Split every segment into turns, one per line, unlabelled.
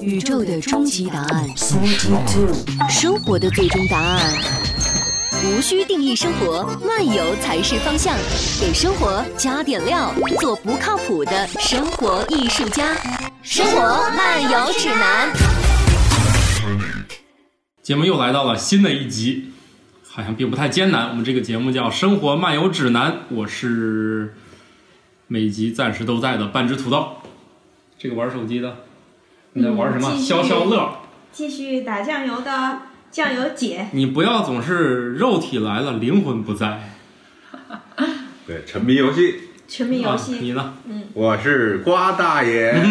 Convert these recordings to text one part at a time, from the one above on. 宇宙的终极答案，生活的最终答案。无需定义生活，漫游才是方向。给生活加点料，做不靠谱的生活艺术家。生活漫游指南。
节目又来到了新的一集，好像并不太艰难。我们这个节目叫《生活漫游指南》，我是每集暂时都在的半只土豆。这个玩手机的，你在玩什么？
嗯继续
消消乐。
继续打酱油的酱油姐，
你不要总是肉体来了，灵魂不在。
对，沉迷游戏，
沉迷游
啊、
戏，
你呢？
我是瓜大爷，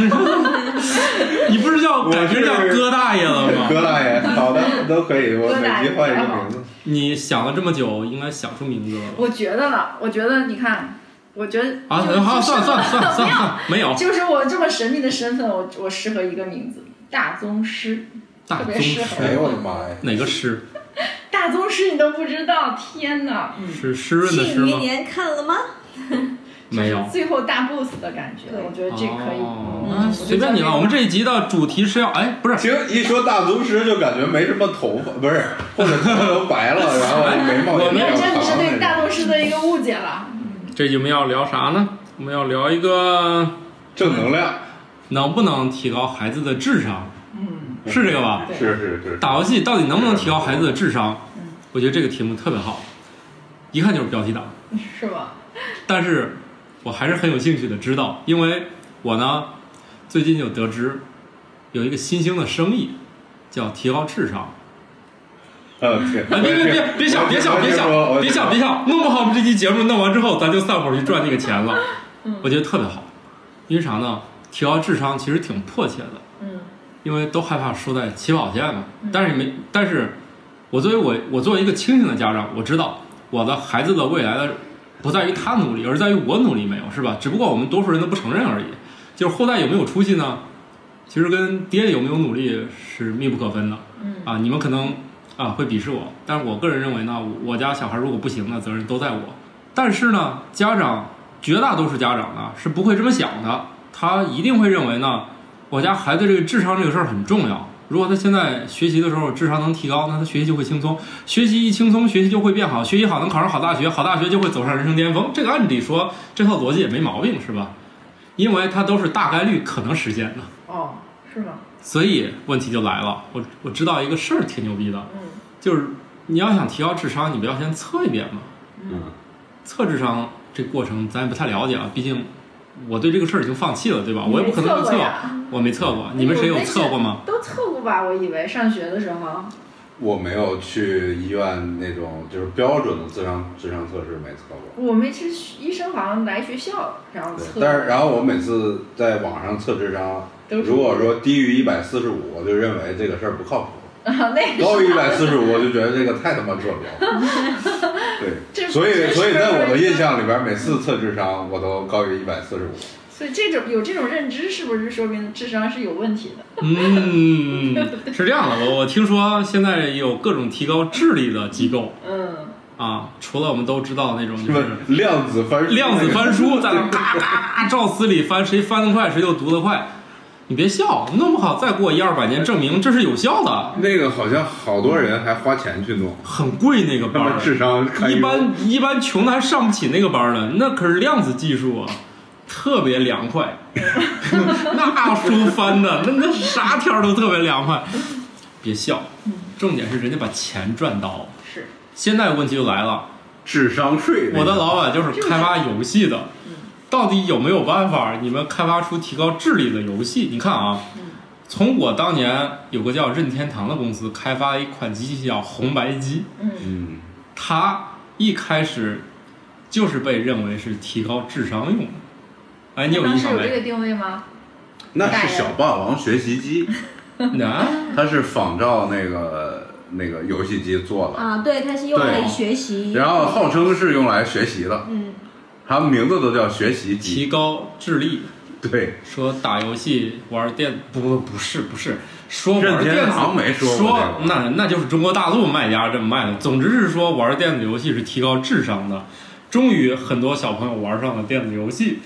你不是叫
我
改名
是
叫哥大爷了吗？
葛大爷，好的，都可以，我
葛
每
大爷
集换一个名字。
你想了这么久，应该想出名字了吧
我觉得了，我觉得你看，我觉得
啊？
就
好，算了算了算了算了，算了没有
就是我这么神秘的身份，我我适合一个名字，大宗师，
大宗
特别适
师
合
哎呦我的妈呀！
哪个师？
大宗师你都不知道，天哪！嗯，
是湿润的湿
庆余
吗？
年看了吗？
没有。
最后大 boss 的感觉，
对
我觉得这可以，
哦
嗯，
随便你了。我们这一集的主题是要，哎，不是，
其实一说大宗师，就感觉没什么头发，不是， 或者头发都白了，然后眉毛也
我
没
没有
有，这只是
啊
长
对大
那种
宗师的一个误解了。
这集我们要聊啥呢？我们要聊一个
正能量，
能不能提高孩子的智商，
嗯，
是这个吧？
对
是是是，
打游戏到底能不能提高孩子的智商？
嗯
我觉得这个题目特别好，一看就是标题党。
是吧？
但是我还是很有兴趣的知道，因为我呢最近就得知有一个新兴的生意叫提高智商。
嗯，对
哎，别别别别笑，别笑，别笑，别笑，别笑！弄不好我们这期节目弄完之后，咱就散伙去赚那个钱了。
嗯
我觉得特别好，因为啥呢？提高智商其实挺迫切的，
嗯
因为都害怕输在起跑线嘛
嗯。
但是也没，但是我作为我我作为一个清醒的家长，我知道我的孩子的未来的不在于他努力，而在于我努力没有，是吧？只不过我们多数人都不承认而已。就是后代有没有出息呢？其实跟爹有没有努力是密不可分的。
嗯
啊，你们可能啊会鄙视我，但是我个人认为呢，我我家小孩如果不行呢，责任都在我。但是呢，家长绝大多数家长呢是不会这么想的，他一定会认为呢，我家孩子这个智商这个事儿很重要。如果他现在学习的时候智商能提高，那他学习就会轻松，学习一轻松，学习就会变好，学习好能考上好大学，好大学就会走上人生巅峰。这个按理说这套逻辑也没毛病，是吧？因为它都是大概率可能实现的，
哦，是吗？
所以问题就来了。我我知道一个事儿挺牛逼的，
嗯
就是你要想提高智商，你不要先测一遍吗？
嗯，
测智商这过程咱也不太了解啊，毕竟我对这个事儿已经放弃了，对吧？啊我也不可能去
你没测过
测，
呀
我没测过。你们谁有
那是
测 过吗？？
都测过吧，我以为上学的时候。
我没有去医院那种就是标准的智商智商测试没测过。
我们是医生好像来学校，然后
对
测，，
但是然后我每次在网上测智商，
都是
如果说低于一百四十五，我就认为这个事儿不靠谱；
啊，那
高于一百四十五，我就觉得这个太他妈扯 了。对，
这
所以
这
所以
是
在我的印象里边，每次测智商我都高于一百四十五。
所以这种有这种认知，是不是说明智商是有问题的？
嗯，是这样的，我我听说现在有各种提高智力的机构
嗯，
啊，除了我们都知道那种
什
就
么
是
嗯量子翻
量子翻书，在那嘎嘎嘎照死里翻，谁翻得快谁就读得快。你别笑，弄不好再过一二百年，证明这是有效的，
那个好像好多人还花钱去弄，
很贵那个
他
班
们
儿。
智商堪忧
一般一般穷的还上不起那个班呢， 那可是量子技术啊，特别 凉快，那书翻的那那啥条都特别凉快。别笑，
嗯
重点是人家把钱赚到了。
是，
现在问题就来了，
智商税。
我的老板就是开发游戏的
嗯，
到底有没有办法你们开发出提高智力的游戏？你看啊
嗯，
从我当年有个叫任天堂的公司开发一款机器叫红白机，
嗯，
嗯，
它一开始就是被认为是提高智商用的。哎，你有印
当时
象
有这
没？
个定位吗？
那是小霸王学习机，
啊，
嗯
它是仿照那个那个游戏机做的，
啊，对，它是用来学习。
然后号称是用来学习的，
嗯，
它名字都叫学习机。
提高智力，
对，
说打游戏玩电不不不是不是，说玩
任天
电子
堂没说
说
过这个
那那就是中国大陆卖家这么卖的。总之是说玩电子游戏是提高智商的。终于很多小朋友玩上了电子游戏，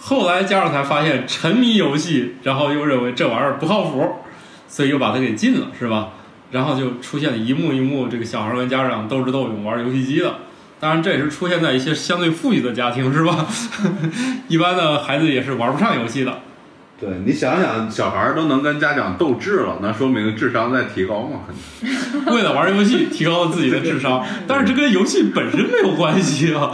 后来家长才发现沉迷游戏，然后又认为这玩意儿不靠谱，所以又把他给禁了，是吧？然后就出现了一幕一幕这个小孩儿跟家长斗智斗勇玩游戏机的。当然，这也是出现在一些相对富裕的家庭，是吧？ 一般的孩子也是玩不上游戏的。
对你想想，小孩儿都能跟家长斗智了，那说明智商在提高嘛？
为了玩游戏提高了自己的智商，但是这跟游戏本身没有关系啊。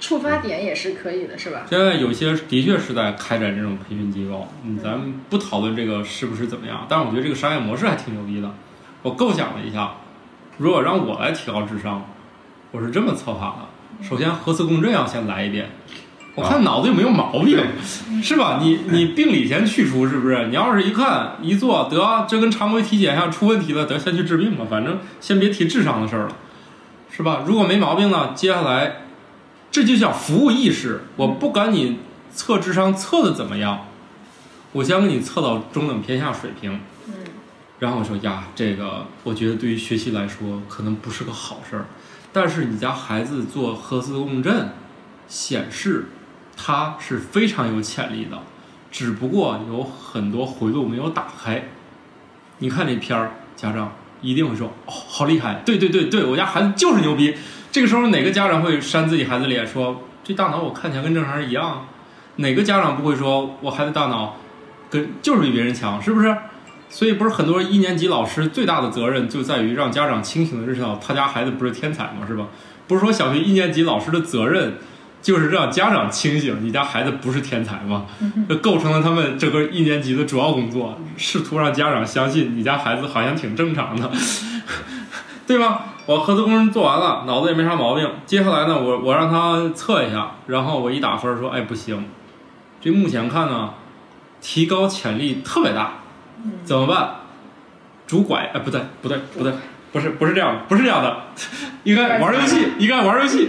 触发点也是可以的，是吧？
现在有些的确是在开展这种培训机构，嗯，咱们不讨论这个是不是怎么样，但是我觉得这个商业模式还挺牛逼的。我构想了一下，如果让我来提高智商，我是这么策划的：首先核磁共振要先来一遍，我看脑子有没有毛病，是吧？你你病理先去除，是不是？你要是一看一做得这跟常规体检一样出问题了，得先去治病吧，反正先别提智商的事儿了，是吧？如果没毛病呢，接下来这就叫服务意识。我不管你测智商测的怎么样，我先给你测到中等偏下水平。
嗯，
然后我说呀，这个我觉得对于学习来说可能不是个好事儿，但是你家孩子做核磁共振显示他是非常有潜力的，只不过有很多回路没有打开。你看这片儿，家长一定会说哦，好厉害，对对对对，我家孩子就是牛逼。这个时候哪个家长会扇自己孩子脸说这大脑我看起来跟正常人一样啊？哪个家长不会说我孩子大脑跟就是比别人强，是不是？所以不是很多一年级老师最大的责任就在于让家长清醒的认识到他家孩子不是天才嘛，是吧？不是说小学一年级老师的责任就是让家长清醒，你家孩子不是天才嘛？这构成了他们整个一年级的主要工作，试图让家长相信你家孩子好像挺正常的， 对吧？我核磁共振做完了，脑子也没啥毛病。接下来呢，我我让他测一下，然后我一打分说，哎不行，这目前看呢，提高潜力特别大，怎么办？拄拐？哎，不对，不对，不对，不是，不是这样的，不是这样的，应该玩游戏，应该玩游戏。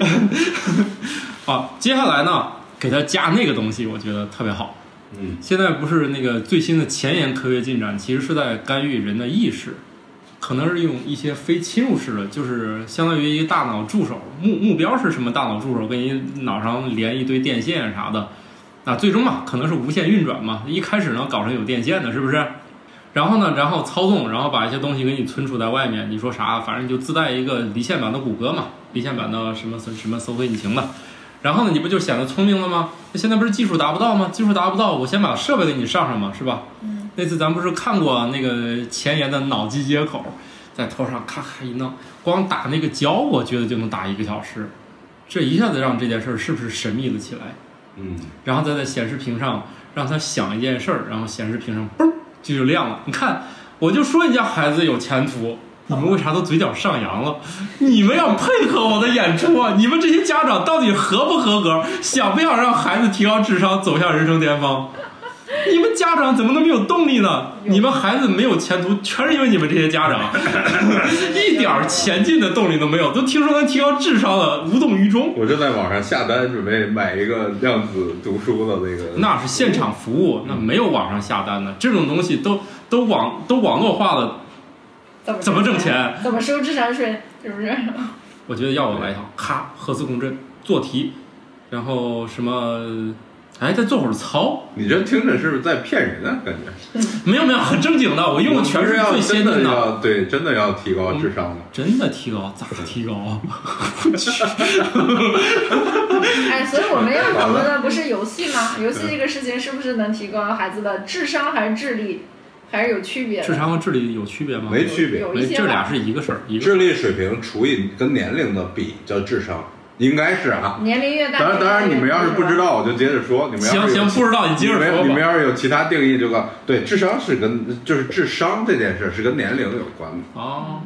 啊，接下来呢，给他加那个东西，我觉得特别好。
嗯，
现在不是那个最新的前沿科学进展，其实是在干预人的意识，可能是用一些非侵入式的，就是相当于一个大脑助手，目目标是什么？大脑助手给你脑上连一堆电线啥的，那最终嘛，可能是无限运转嘛。一开始呢，搞成有电线的，是不是？然后呢，然后操纵，然后把一些东西给你存储在外面。你说啥？反正你就自带一个离线版的谷歌嘛，离线版的什么什么搜索引擎的。然后呢，你不就显得聪明了吗？那现在不是技术达不到吗？技术达不到，我先把设备给你上上嘛，是吧？嗯。那次咱不是看过那个前沿的脑机接口，在头上咔咔一弄，光打那个胶，我觉得就能打一个小时，这一下子让这件事儿是不是神秘了起来？
嗯，
然后再在显示屏上让他想一件事儿，然后显示屏上嘣就就亮了。你看，我就说你家孩子有前途，你们为啥都嘴角上扬了？你们要配合我的演出啊！你们这些家长到底合不合格？想不想让孩子提高智商，走向人生巅峰？你们家长怎么能没有动力呢？你们孩子没有前途，全是因为你们这些家长，一点儿前进的动力都没有。都听说能提高智商了，无动于衷。
我就在网上下单准备买一个量子读书的那个。
那是现场服务，那没有网上下单的这种东西都都网都网络化了。
怎么怎
怎么挣钱？
怎么收智商税？是 哎不是？
我觉得要我来一套，咔，核磁共振做题，然后什么，哎，再做会儿操，
你这听着是不是在骗人啊？感觉
没有没有，很正经的，我用的全
我们
是
要
最先
真
进
的
的。
要对，真的要提高智商了。
真的提高？咋提高啊？
哎，所以我们要讨论的不是游戏吗？
嗯
游戏这个事情是不是能提高孩子的智商还是智力，还是有区别的？
智商和智力有区别吗？
没区别
有一
没，
些
这俩
吧
是一个事儿，一个事儿
智力水平除以跟年龄的比叫智商，应该是啊。
年龄越大，
当然，当然，你们要是不知，道，我就接着说。你们要
行
是有
行，不知道你接着
你
说
们你们
吧。
要是有其他定义，这个对智商是跟就是智商这件事是跟年龄有关的。
哦，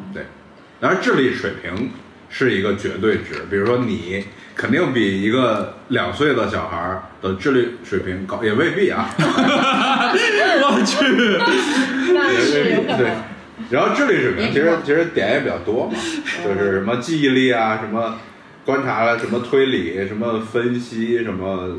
然而智力水平是一个绝对值，比如说你肯定比一个两岁的小孩儿的智力水平高，也未必 啊，
我去，
那
也
是
未
有
必
可
对
能。。
然后智力水平其
也
实
高
其实点也比较 多嘛，就是什么记忆力啊，什么观察了，什么推理，什么分析，什么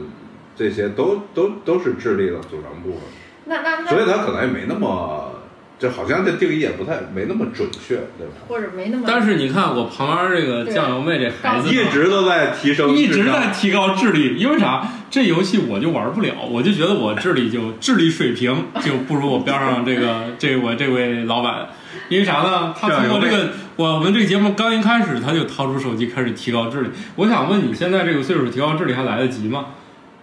这些都都都是智力的组成部分，
那那
所以
那
他可能也没那么就好像这定义也不太没那么准确，对吧？
或者没那么。
但是你看我旁边这个酱油妹这孩子呢，
一直都在提升，
一直在提高智力，因为啥？这游戏我就玩不了，我就觉得我智力就智力水平就不如我边上这个这我这位老板，因为啥呢？他通过这
酱油
个我们这个节目刚一开始，他就掏出手机开始提高智力。我想问你，现在这个岁数提高智力还来得及吗？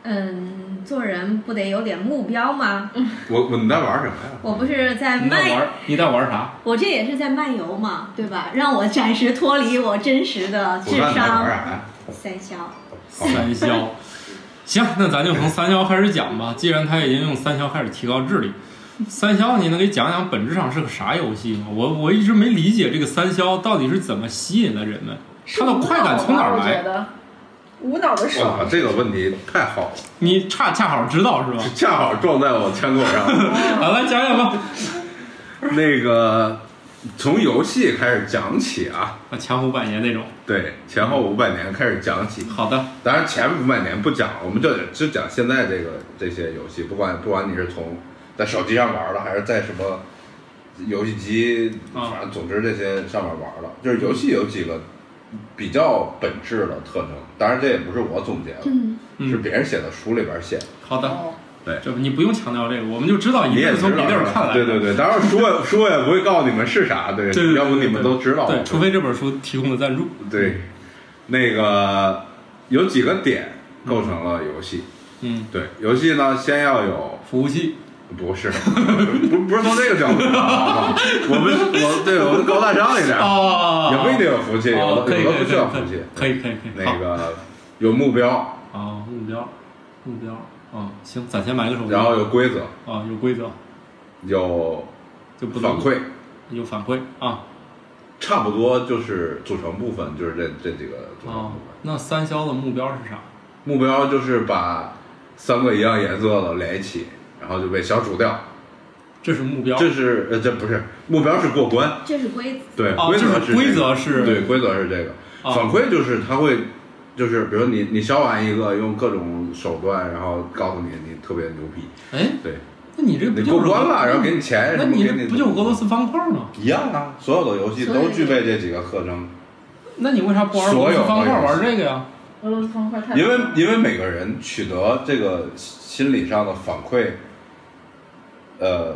嗯，做人不得有点目标吗？
我我你在玩什么呀？
我不是在
嗯你在
卖
玩你在玩啥？
我这也是在漫游嘛，对吧？让我暂时脱离我真实的
我
智
看你在玩
商。
啥呀？
三消，
好吧
三消。行，那咱就从三消开始讲吧。既然他已经用三消开始提高智力，三消你能给讲讲本质上是个啥游戏吗？我我一直没理解这个三消到底是怎么吸引了人们。它的快感从哪儿
我觉
来？
得无脑的爽，
哇，这个问题太好了，
你恰恰好知道是吧？
恰好撞在我枪口上。
好，来讲讲吧。
那个从游戏开始讲起啊，
啊，前后半年那种。
对，前后五百年开始讲起。
好的，
当然前五百年不讲，我们就只讲现在这个这些游戏，不管不管你是从在手机上玩的，还是在什么游戏机，
啊
反正总之这些上面玩的，就是游戏有几个比较本质的特征。当然这也不是我总结的，是
嗯，
别人写的书里边写的，
好的。
哦
这不你不用强调这个，我们就知道一
你
定
也
是
知道
从别地儿
是吧
看来的。
对对对，当然 书也书也不会告诉你们是啥，对，
对对
要不你们都知道。
对，除非这本书提供的赞助。
对，那个有几个点构成了游戏。
嗯，
对，游戏呢，先要有
服务器。
不是， 不不是从这个角度 上啊，我们我对我们高大上一点，
哦，
也不一定有福气，
哦
有
可
的
以
有
可
的
以
不需要福气。
可以可以可以可以。好
那个有目标，
啊，目标，目标，啊，行，攒钱买个手机，
然后有规则，
啊，有规则，
有
就不
反
能
馈，
有反馈啊
差不多就是组成部分，就是这这几个组成
啊
部分。。
那三消的目标是啥？
目标就是把三个一样颜色的连一起，然后就被消除掉。
这是目标，
这是呃，这不是目标是过关，
这是规则。
对，
哦
规则
就是规则是
这个对，规则是这个。
哦
反馈就是他会，就是比如你你消完一个，用各种手段，然后告诉你你特别牛逼，
哎，
对
那你这个不
你
就
过
是
关了，然后给你钱，
那
什么
你
给
这不就俄罗斯方块吗？
一样啊？所有的游戏
所有
都
的
具备这几个特征，
那你为啥不玩俄罗斯方块
所有的哎
玩这个呀？
俄罗斯方块太
因为因为每个人取得这个心理上的反馈，呃，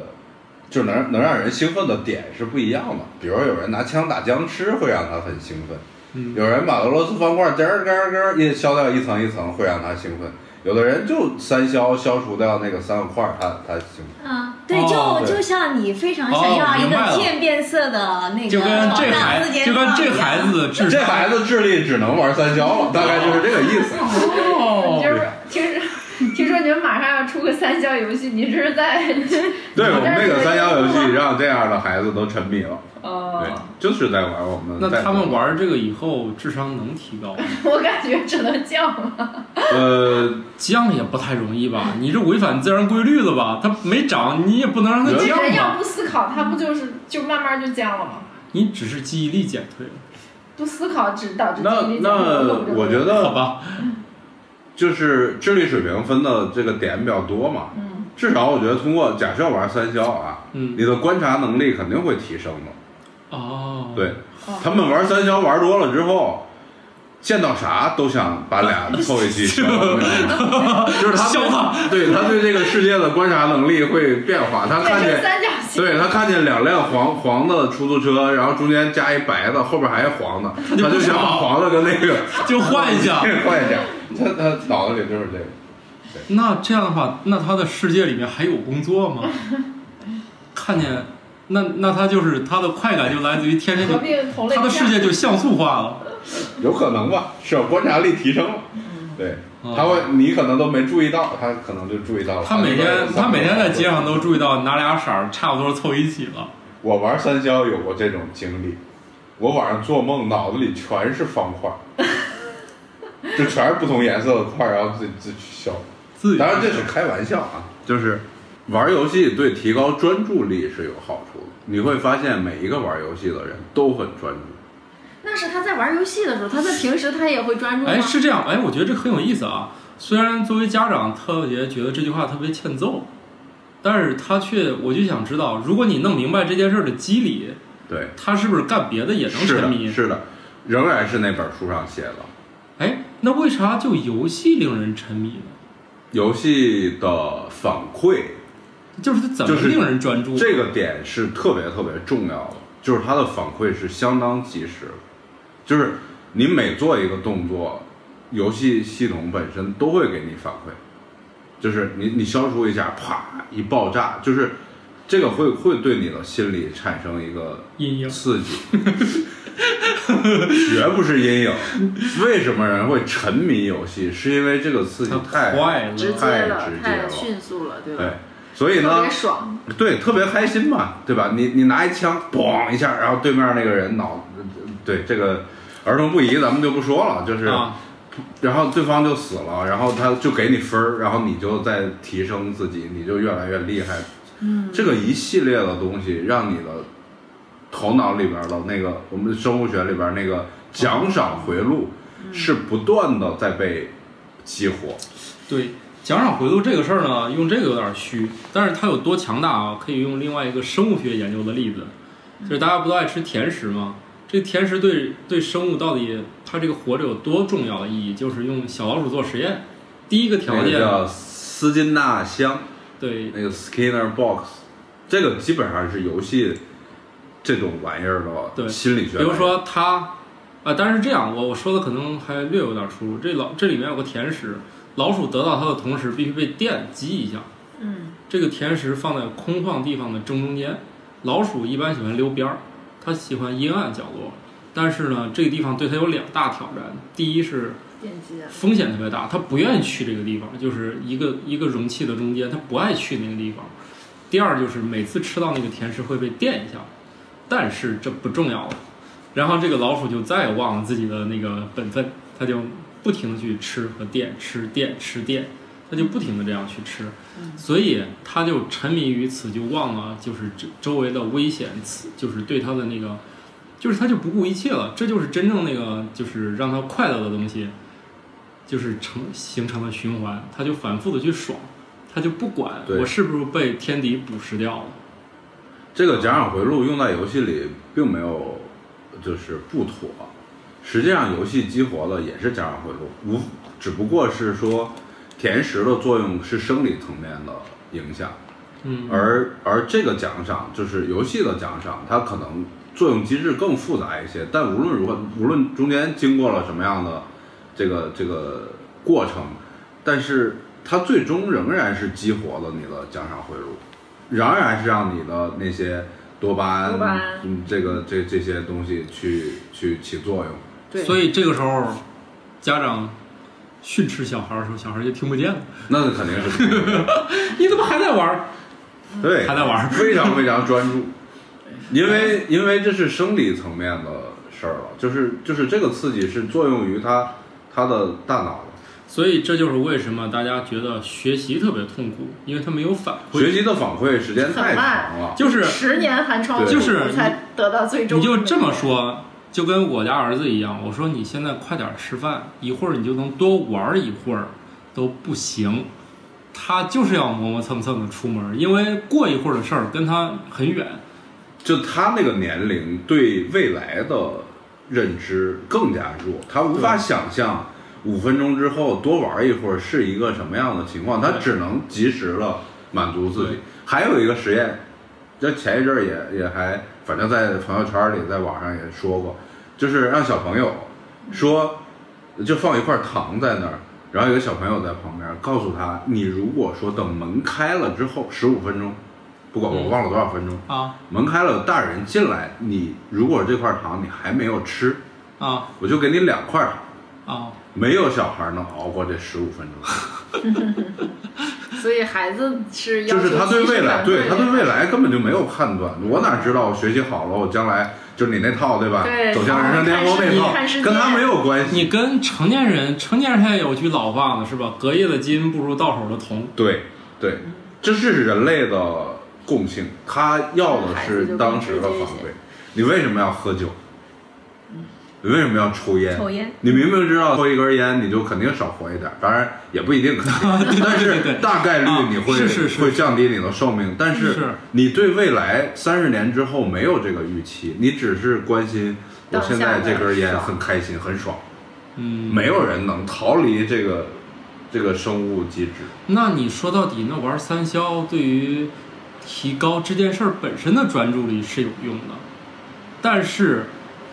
就能能让人兴奋的点是不一样的。比如有人拿枪打僵尸会让他很兴奋，
嗯
有人把俄罗斯方块颠儿颠儿颠儿一削掉一层一层会让他兴奋，有的人就三消消除掉那个三个块儿，他他兴奋。
啊，对，
哦
就
对
就像你非常
哦
想要一
明白了
个渐变色的哎那个
就跟这
大
孩
字节
就跟这孩子的智
这
商，
孩子智力只能玩三消了，大概就是这个意思。
你
哦，
就是听说听说你们马上要出个三消游戏，你这是在
对我们那个三消游戏让这样的孩子都沉迷了，对
哦，，
就是在玩我们。
那他们。玩这个以后智商能提高吗？
我感觉只能降了。
呃，
降也不太容易吧？你这违反自然规律了吧？它没涨，你也不能让它
有
这
降
人要
吧？
不思考，他不就是就慢慢就降了吗？
你只是记忆力减退了，
不思考只导致
那
记忆力降
那我觉
好
得
吧？
就是智力水平分的这个点比较多嘛，
嗯，
至少我觉得通过假设玩三消啊，
嗯
你的观察能力肯定会提升的。
哦，
对，
哦
他们玩三消玩多了之后，见到啥都想把 俩凑一 起削，就是他
削
他，对他对这个世界的观察能力会变化，他
变
看
成
见。
三角形，
对他看见两辆黄黄的出租车，然后中间加一白的，后边还一黄的，
就
他就想把黄的跟那 个
就换一 下。
换一下。他他脑子里就是这个。
那这样的话，那他的世界里面还有工作 吗？看见，那那他就是他的快感就来自于天天
合
就
并同类
他的世
项，
界就像素化了。
有可能吧，是有观察力提升了。对，
嗯
他会，你可能都没注意到，他可能就注意到了。
他每天
就
他每天在街上，都注意到拿俩色儿差不多凑一起了。
我玩三消有过这种经历，我晚上做梦脑子里全是方块，就全是不同颜色的块，然后自己自己去削。
自己
当然这是开玩笑啊，就是玩游戏对提高专注力是有好处的。你会发现每一个玩游戏的人都很专注。
那是他在玩游戏的时候，他在平时他也会专注吗？
哎，是这样，哎，我觉得这很有意思啊。虽然作为家长特别觉得这句话特别欠揍，但是他却，我就想知道，如果你弄明白这件事儿的机理，
对，
他是不是干别的也能
是
沉
的，
迷？
是的，仍然是那本书上写的。
哎，那为啥就游戏令人沉迷呢？
游戏的反馈
就是它怎么
就是
令人专注？
这个点是特别特别重要的，就是它的反馈是相当及时的，就是你每做一个动作，游戏系统本身都会给你反馈，就是你你消除一下，啪一爆炸，就是这个会会对你的心理产生一个
阴影
刺激， 绝不是阴影。为什么人会沉迷游戏？是因为这个刺激太
快了
直接
太
了
直，接
太
了
迅速了，对吧？
对，所以
特
呢
别，爽，
对，特别开心嘛，对吧？你你拿一枪，嘣一下，然后对面那个人脑，对这个儿童不宜，咱们就不说了，就是，
啊！
然后对方就死了，然后他就给你分儿，然后你就在提升自己，你就越来越厉害。嗯，这个一系列的东西，让你的头脑里边的那个我们生物学里边那个奖赏回路、是不断的在被激活。
对，奖赏回路这个事儿呢，用这个有点虚，但是它有多强大啊？可以用另外一个生物学研究的例子，就是大家不都爱吃甜食吗？这甜食对对生物到底它这个活着有多重要的意义？就是用小老鼠做实验，第一个条
那个
件，
叫斯金纳箱，
对
那个 Skinner Box，这个基本上是游戏这种玩意儿
对
的心理学来
比
源。
如说他，啊、但是这样，我我说的可能还略有点出入。这老这里面有个甜食，老鼠得到它的同时，必须被电击一下。
嗯，
这个甜食放在空旷地方的正中间，老鼠一般喜欢溜边儿，它喜欢阴暗角落。但是呢，这个地方对它有两大挑战：第一是
电击，
风险特别大，它不愿意去这个地方，就是一个一个容器的中间，它不爱去那个地方。第二就是每次吃到那个甜食会被电一下，但是这不重要了。然后这个老鼠就再也忘了自己的那个本分，它就不停的去吃和电，吃电吃电，它就不停的这样去吃，所以它就沉迷于此，就忘了就是周周围的危险，此就是对它的那个，就是它就不顾一切了。这就是真正那个就是让它快乐的东西。就是成形成了循环，他就反复的去爽，他就不管
对
我是不是被天敌捕食掉了。
这个奖赏回路用在游戏里并没有就是不妥，实际上游戏激活的也是奖赏回路，无只不过是说甜食的作用是生理层面的影响，
嗯，
而而这个奖赏就是游戏的奖赏，它可能作用机制更复杂一些，但无论如何，无论中间经过了什么样的这个这个过程，但是它最终仍然是激活了你的奖赏回路，仍然是让你的那些多巴胺、
多巴胺
嗯、这个这这些东西去去起作用。
对，
所以这个时候，家长训斥小孩儿的时候，小孩儿就听不见了。
那肯定是
你怎么还在玩儿？
对，
还在玩儿
非常非常 专注，因为因为这是生理层面的事儿了，就是就是这个刺激是作用于他他的大脑的
所以这就是为什么大家觉得学习特别痛苦，因为他没有反馈。
学习的反馈时间太长了，
就是
十年寒窗苦
就是
读才得到最终，
你就这么，说，就跟我家儿子一样，我说你现在快点儿吃饭，一会儿你就能多玩儿一会儿，都不行。他就是要磨磨蹭蹭的出门儿，因为过一会儿的事儿跟他很远。
就他那个年龄对未来的认知更加弱，他无法
对
想象五分钟之后多玩一会儿是一个什么样的情况，他
对
只能及时的满足自
对
己。还有一个实验，这前一阵儿也也还，反正在朋友圈里，在网上也说过，就是让小朋友说，就放一块糖在那儿，然后有个小朋友在旁边告诉他，你如果说等门开了之后十五分钟，不管我
嗯
忘了多少分钟。
啊
门开了，大人进来，你如果这块糖你还没有吃，
啊
我就给你两块糖。
啊！
没有小孩能熬过这十五分钟，
所以孩子是要
就
求
是他对未来，
及时反馈
对他
的
对未来根本就没有判断。我哪知道我学习好了，我将来就是你那套对吧？
对
走向人生巅峰
看世
那
界
套
看世，界
跟他没有关
你
系。
跟成年人，成年人也有句老话呢，是吧？隔夜的金不如到手的铜。
对对，这是人类的共性，他要的是当时的反
孩子就更
馈。你为什么要喝酒？你为什么要抽烟？
抽烟，
你明明知道抽一根烟，你就肯定少活一点，当然也不一定肯 定，但是大概率你会、
啊是是是
会降低你的寿命。但
是
是你对未来三十年之后没有这个预期，你只是关心我
当下
现在这根烟
的
很开心很爽，
嗯，
没有人能逃离这个这个生物机制。
那你说到底，那玩三消对于提高这件事儿本身的专注力是有用的，但是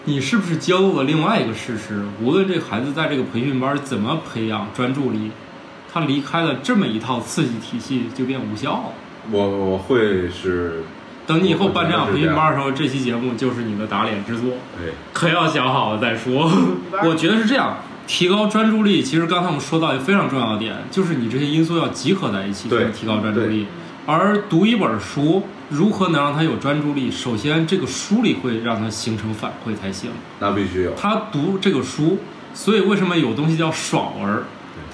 你是不是揭露了另外一个事实？无论这个孩子在这个培训班怎么培养专注力，他离开了这么一套刺激体系就变无效了。
我我会是
等你以后
我觉得
办这场
是
培
这
训
样
班的时候，这期节目就是你的打脸之作。
对
可要想好了再说。 我觉得是这样，提高专注力，其实刚才我们说到一个非常重要的点，就是你这些因素要集合在一起，才
对
能提高专注力。而读一本书，如何能让他有专注力？首先，这个书里会让他形成反馈才行。
那必须有。
他读这个书，所以为什么有东西叫爽文？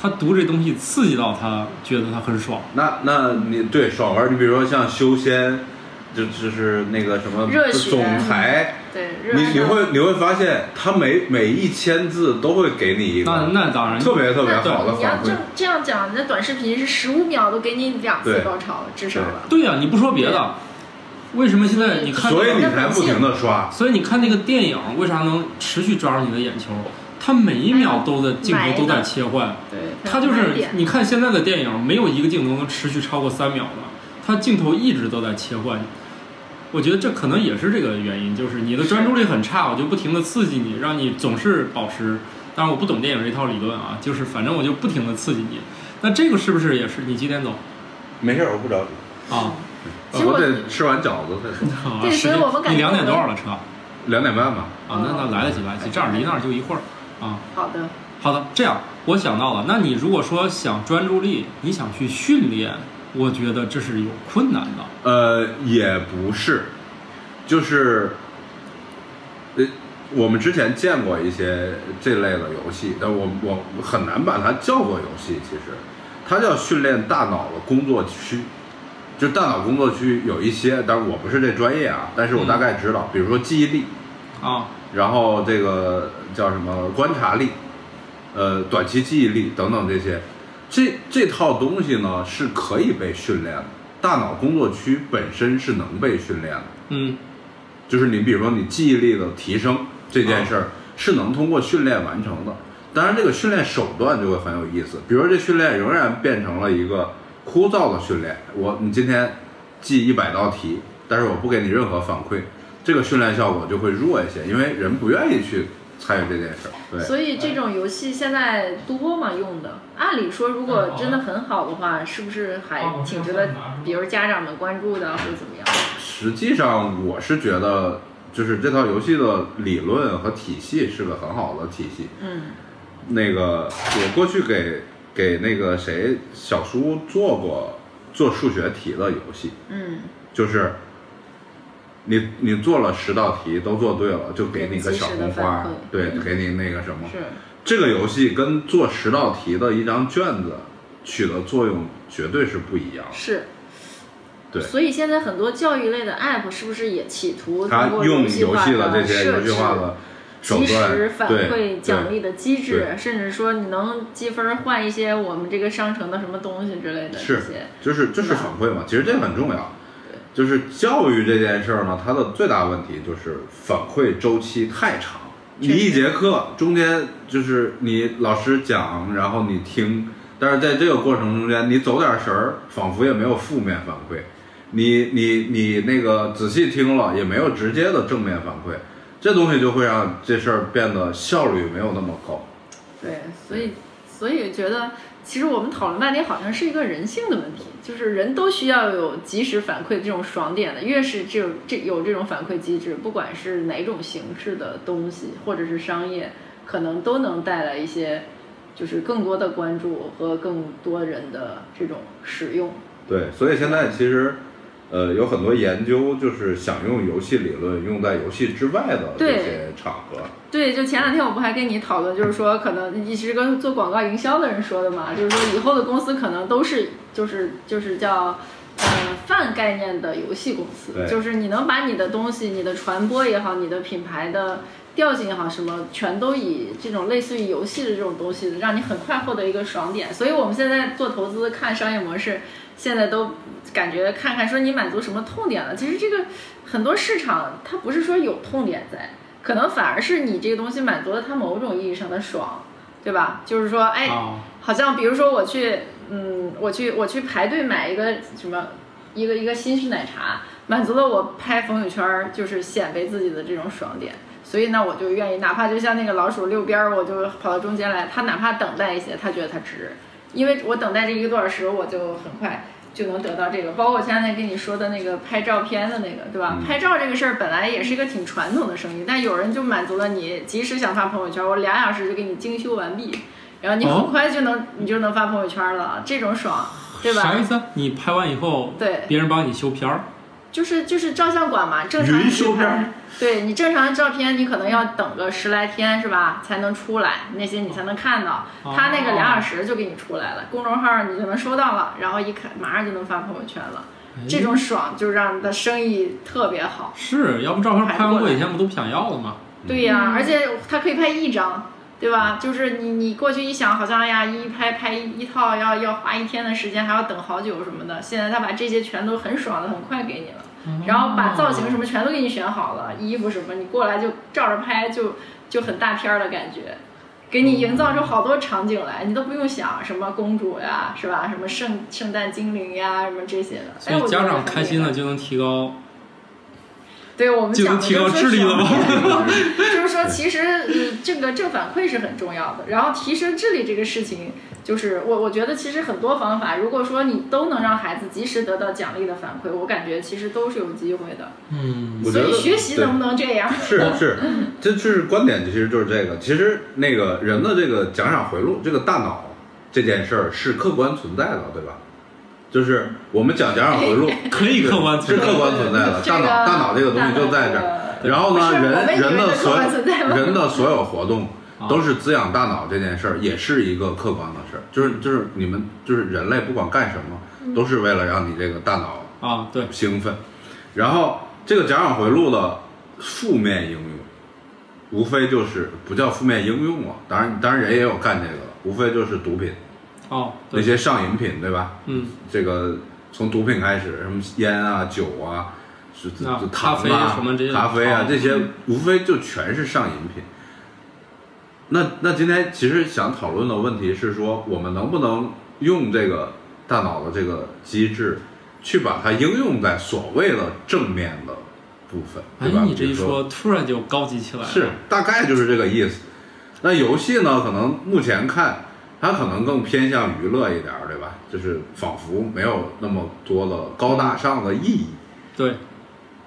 他读这东西刺激到他，觉得他很爽。
那那你对爽文，你比如说像修仙，就就是那个什么
热血
总裁，
对，热
你
爱
你
到
会你会发现，他每每一千字都会给你一
那
个
啊那当然，
特别特别好的
你要
反馈
这。这样讲，那短视频是十五秒都给你两次
对
高潮，至少了。
对呀、你不说别的，为什么现在你看这个
所以你才不停的刷，
所以你看那个电影为啥能持续抓住你的眼球？它每一秒都在镜头都在切换，
对，
它就是你看现在的电影，没有一个镜头能持续超过三秒的，它镜头一直都在切换。我觉得这可能也是这个原因，就是你的专注力很差，我就不停的刺激你，让你总是保持。当然我不懂电影这套理论啊，就是反正我就不停的刺激你。那这个是不是也是你几点走
没事，我不着急，
啊？
其实我
我得吃完饺子再说。
啊
对
时
所以
间
我们感
你
觉
两点
我们
多少了车？
两点半吧，
啊，那那来得及，来得及，这样离那儿就一会儿啊。
好的，
好的，这样我想到了，那你如果说想专注力，你想去训练，我觉得这是有困难的。
呃，也不是，就是，呃，我们之前见过一些这类的游戏，但我我我很难把它叫做游戏。其实，它叫训练大脑的工作区，就大脑工作区有一些，但我不是这专业啊，但是我大概知道，比如说记忆力，
啊，
然后这个叫什么观察力，呃，短期记忆力等等这些，这这套东西呢是可以被训练的，大脑工作区本身是能被训练的，
嗯，
就是你比如说你记忆力的提升这件
啊
事儿是能通过训练完成的，当然这个训练手段就会很有意思，比如说这训练仍然变成了一个枯燥的训练，我你今天记一百道题，但是我不给你任何反馈，这个训练效果就会弱一些，因为人不愿意去参与这件事儿，对。
所以这种游戏现在多嘛用的？按理说，如
哦啊
果真的很好的话，是不是还挺值得，比如家长们关注的或者怎么样？
实际上，我是觉得，就是这套游戏的理论和体系是个很好的体系。
嗯，
那个，我过去给给那个谁小叔做过做数学题的游戏，
嗯，
就是你你做了十道题都做对了，就给你个小红花，
给
对，
你及时的反馈
给你那个什么。
是
这个游戏跟做十道题的一张卷子起的作用绝对是不一样的。
是。
对
所以现在很多教育类的 app 是不是也企图
他
通过
用游
戏化
戏的这些
设
游戏化
置
的手
及
段，
时
对
反
对
馈奖励的机制
对，
甚至说你能积分换一些我们这个商城的什么东西之类的这
是
些。
就是就是反馈嘛，其实这个很重要。就是教育这件事儿呢，它的最大问题就是反馈周期太长。你一节课中间就是你老师讲，然后你听，但是在这个过程中间，你走点神儿，仿佛也没有负面反馈。你你你那个仔细听了，也没有直接的正面反馈，这东西就会让这事儿变得效率没有那么高。
对，所以所以觉得其实我们讨论半天好像是一个人性的问题，就是人都需要有及时反馈这种爽点的，越是这种这有这种反馈机制，不管是哪种形式的东西或者是商业，可能都能带来一些就是更多的关注和更多人的这种使用。
对，所以现在其实，呃，有很多研究就是想用游戏理论用在游戏之外的这
对
些场合。
对，就前两天我不还跟你讨论，就是说可能你是跟做广告营销的人说的嘛，就是说以后的公司可能都是就是就是叫。呃，泛概念的游戏公司，
对
就是你能把你的东西、你的传播也好，你的品牌的调性也好，什么全都以这种类似于游戏的这种东西，让你很快获得一个爽点。所以我们现在做投资看商业模式，现在都感觉看看说你满足什么痛点了。其实这个很多市场它不是说有痛点在，可能反而是你这个东西满足了它某种意义上的爽，对吧？就是说，哎，
啊，
好像比如说我去，嗯，我去我去排队买一个什么，一个一个新式奶茶，满足了我拍朋友圈儿就是显摆自己的这种爽点，所以呢，我就愿意，哪怕就像那个老鼠遛边儿，我就跑到中间来，他哪怕等待一些，他觉得他值，因为我等待这一个多小时，我就很快。就能得到这个，包括我前两天跟你说的那个拍照片的那个，对吧？
嗯
拍照这个事儿本来也是一个挺传统的生意，但有人就满足了你，即使想发朋友圈，我俩小时就给你精修完毕，然后你
哦
很快就能、你就能发朋友圈了，这种爽，对
啥意
吧？
思？你拍完以后，
对，
别人帮你修片儿，
就是就是照相馆嘛，正常
云
你
收片
拍，对你正常的照片，你可能要等个十来天是吧，才能出来，那些你才能看到。
哦
他那个俩小时就给你出来了，公众号你就能收到了，然后一看马上就能发朋友圈了，
哎
这种爽就让你的生意特别好。
是要不照片拍完过几天不都不想要了吗？
对呀、
嗯
而且它可以拍一张，对
嗯
吧？就是你你过去一想，好像哎呀一拍拍一一套要要花一天的时间，还要等好久什么的。现在他把这些全都很爽的很快给你了，
嗯
然后把造型什么全都给你选好了，衣服什么你过来就照着拍就就很大片儿的感觉。给你营造出好多场景来，你都不用想什么公主呀，是吧？什么圣圣诞精灵呀，什么这些的。
所
哎
以
我觉
家
得
长
很
开
厉
心
害
了就能提高，
对我们
就
讲
能
的
提高
就是
智力了
爽
吧？
就是说，其实嗯，这个正反馈是很重要的。然后提升智力这个事情，就是我我觉得其实很多方法，如果说你都能让孩子及时得到奖励的反馈，我感觉其实都是有机会的。
嗯，
我觉
所
得
以学习
对
能不能这样？
是是，这就是观点，其实就是这个。其实那个人的这个奖赏回路，这个大脑这件事儿是客观存在的，对吧？就是我们讲奖赏回路
哎可以客观
是
存在
客观存在的，
这
大
个
脑大脑这个东西就在这儿。
儿
然后呢，
不是我们
人
以为
人
的
的
客
所
观存在吗
有人的所有活动
啊
都是滋养大脑这件事儿，也是一个客观的事儿。就是就是你们就是人类不管干什
嗯
么，都是为了让你这个大脑
啊，对，
兴奋。然后这个奖赏回路的负面应用，无非就是不叫负面应用啊，当然当然人也有干这个的，无非就是毒品
哦，
那
对，
些上瘾品，对吧？
嗯，
这个从毒品开始，什么烟啊、酒啊、是这
啊
这
咖
糖
啡
啊、
什么这些
咖啡啊
糖嗯
这些，无非就全是上瘾品。那那今天其实想讨论的问题是说，我们能不能用这个大脑的这个机制，去把它应用在所谓的正面的部分，
哎
对吧？，
你这
比
一
如说
说，突然就高级起来了，
是，大概就是这个意思。那游戏呢，可能目前看，它可能更偏向娱乐一点儿，对吧？就是仿佛没有那么多的高大上的意义。
对，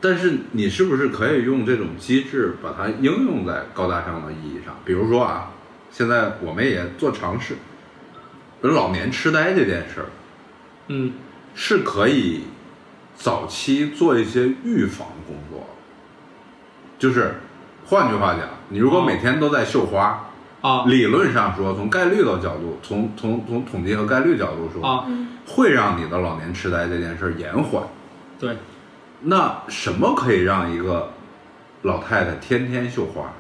但是你是不是可以用这种机制把它应用在高大上的意义上？比如说啊，现在我们也做尝试，比如老年痴呆这件事儿，
嗯，
是可以早期做一些预防工作，就是换句话讲，你如果每天都在绣花，
啊
理论上说，从概率的角度，从从从统计和概率角度说，
啊，
会让你的老年痴呆这件事儿延缓。
对，
那什么可以让一个老太太天天绣花？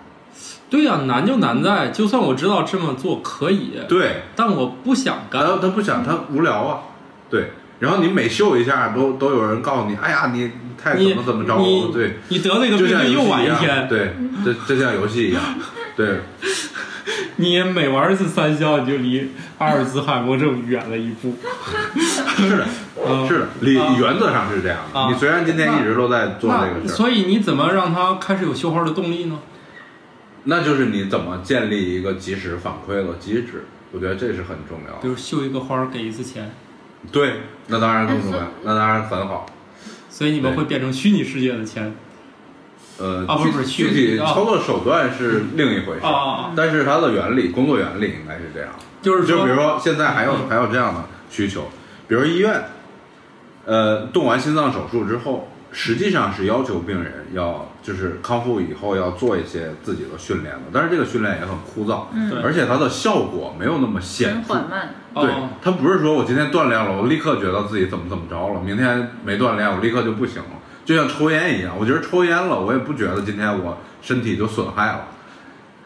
对呀、难就难在，就算我知道这么做可以，
对，
但我不想
她
干。
她不想，她无聊啊，对。然后你每绣一下，都都有人告诉你，哎呀，你太
你
怎么怎么着
你
了，对。
你得那个
就
病
像
就
游
又
戏
晚
一样，
天，
对，这这像游戏一样，对，
你每玩一次三消，你就离阿尔兹海默症远了一步。
是的，
嗯，
是的，理
啊
原则上是这样
啊
的。你虽然今天一直都在做这
那
个事儿，
所以你怎么让他开始有绣花的动力呢？
那就是你怎么建立一个及时反馈的机制，我觉得这是很重要
比
的。
如绣一个花儿给一次钱，
对，那当然更重要
哎，
那当然很好。
所以你们
对
会变成虚拟世界的钱
呃，
啊不是不是
具
去
具体
啊
操作手段是另一回事
啊，啊！啊
但是它的原理，工作原理应该是这样。
就是
就
说
比如说现在还有
嗯
还有这样的需求，比如医院，呃，动完心脏手术之后，实际上是要求病人要就是康复以后要做一些自己的训练的，但是这个训练也很枯燥，
对
嗯，
而且它的效果没有那么显
很
著。
缓慢，
对
哦，
它不是说我今天锻炼了，我立刻觉得自己怎么怎么着了，明天没锻炼我立刻就不行了，就像抽烟一样，我觉得抽烟了，我也不觉得今天我身体就损害了，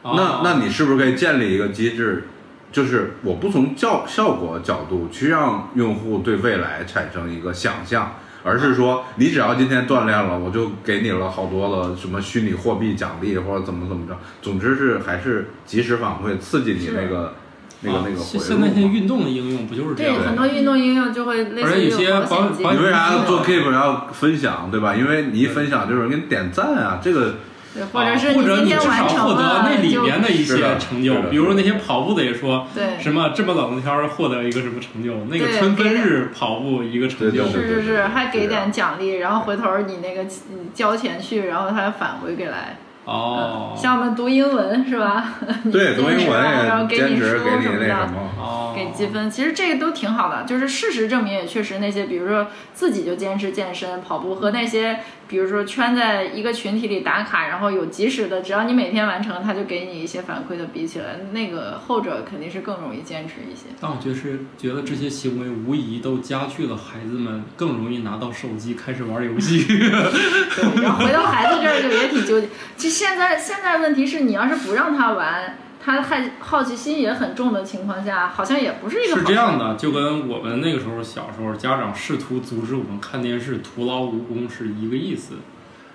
啊哦
那那你是不是可以建立一个机制，就是我不从效效果角度去让用户对未来产生一个想象，而是说你只要今天锻炼了，我就给你了好多了什么虚拟货币奖励或者怎么怎么着，总之是还是及时反馈，刺激你
是
那个那个那个
啊现
回路
现在现在
嘛。
运动的应用不就是这
对，
样
很
吗？
多运动应用就会类
而
似
且
于
有些
有保
保
险
保
金
你，为啥
对
做 Keep 要分享对吧？因为你一分享就是给你点赞啊，这个
对，或
啊
者是
或者
今
你至
天
少
完
获
成
得
了，
那里面的一
是
些
的
成
是
就，
的
比如那些跑步的也说
就对，
什么这么冷的天儿获得一个什么成就，那个
对
春分
给点
日跑步一个成
对
就，
对对
是是是，还给
啊
是
点奖励，然后回头你那个你交钱去，然后他返回给来。
哦，
像我们读英文是吧？
对读英
然后
文也
给你
兼职
书
给你
什么的
那什么，
哦，
给积分，其实这个都挺好的。就是事实证明，也确实那些，比如说自己就坚持健身、跑步，和那些比如说圈在一个群体里打卡，然后有及时的，只要你每天完成，他就给你一些反馈的，比起来，那个后者肯定是更容易坚持 一些。
但我觉得 是觉得这些行为无疑都加剧了孩子们更容易拿到手机开始玩游戏。
对，然后回到孩子这儿就也挺纠结。其实现在现在问题是你要是不让他玩，他还好奇心也很重的情况下，好像也不是一个好
是这样
的。
的，就跟我们那个时候小时候，家长试图阻止我们看电视，徒劳无功是一个意思。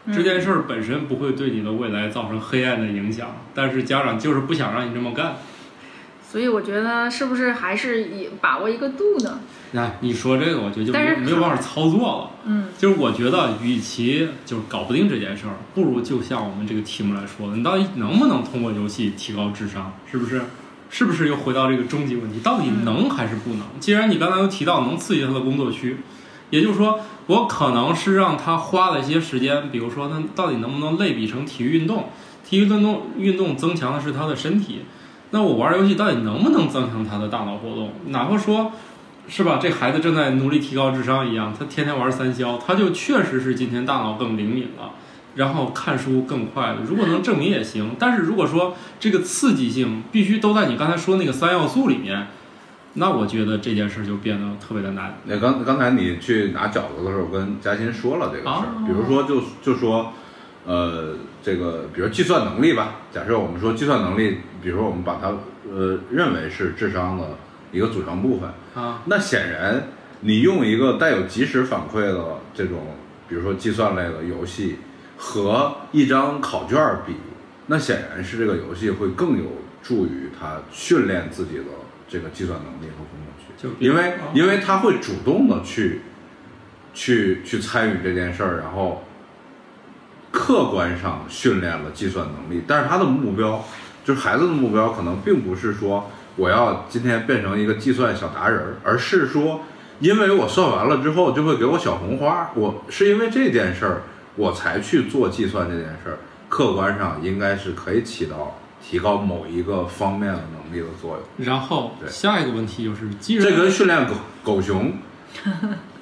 嗯
这件事儿本身不会对你的未来造成黑暗的影响，但是家长就是不想让你这么干。
所以我觉得是不是还是以把握一个度呢？
那你说这个，我觉得就
但
没
是
有没有办法操作了。
嗯，
就是我觉得，与其就是搞不定这件事儿，不如就像我们这个题目来说的，你到底能不能通过游戏提高智商？是不是？是不是又回到这个终极问题，到底能还是不能？嗯既然你刚才又提到能刺激他的工作区，也就是说，我可能是让他花了一些时间，比如说他到底能不能类比成体育运动？体育运动运动增强的是他的身体，那我玩游戏到底能不能增强他的大脑活动？哪怕说是吧？这孩子正在努力提高智商一样，他天天玩三消，他就确实是今天大脑更灵敏了，然后看书更快了。如果能证明也行，但是如果说这个刺激性必须都在你刚才说那个三要素里面，那我觉得这件事就变得特别的难。
那刚刚才你去拿饺子的时候，我跟嘉欣说了这个事儿
啊，
比如说就就说，呃，这个比如计算能力吧，假设我们说计算能力，比如说我们把它呃认为是智商的一个组成部分，
啊，
那显然你用一个带有即时反馈的这种，比如说计算类的游戏和一张考卷儿比，那显然是这个游戏会更有助于他训练自己的这个计算能力和工作区。
就比
因为
啊
因为他会主动的去去去参与这件事儿，然后客观上训练了计算能力，但是他的目标就是孩子的目标，可能并不是说我要今天变成一个计算小达人儿，而是说因为我算完了之后就会给我小红花，我是因为这件事儿我才去做计算这件事儿，客观上应该是可以起到提高某一个方面的能力的作用。
然后
对
下一个问题就是，既然
这跟训练狗狗熊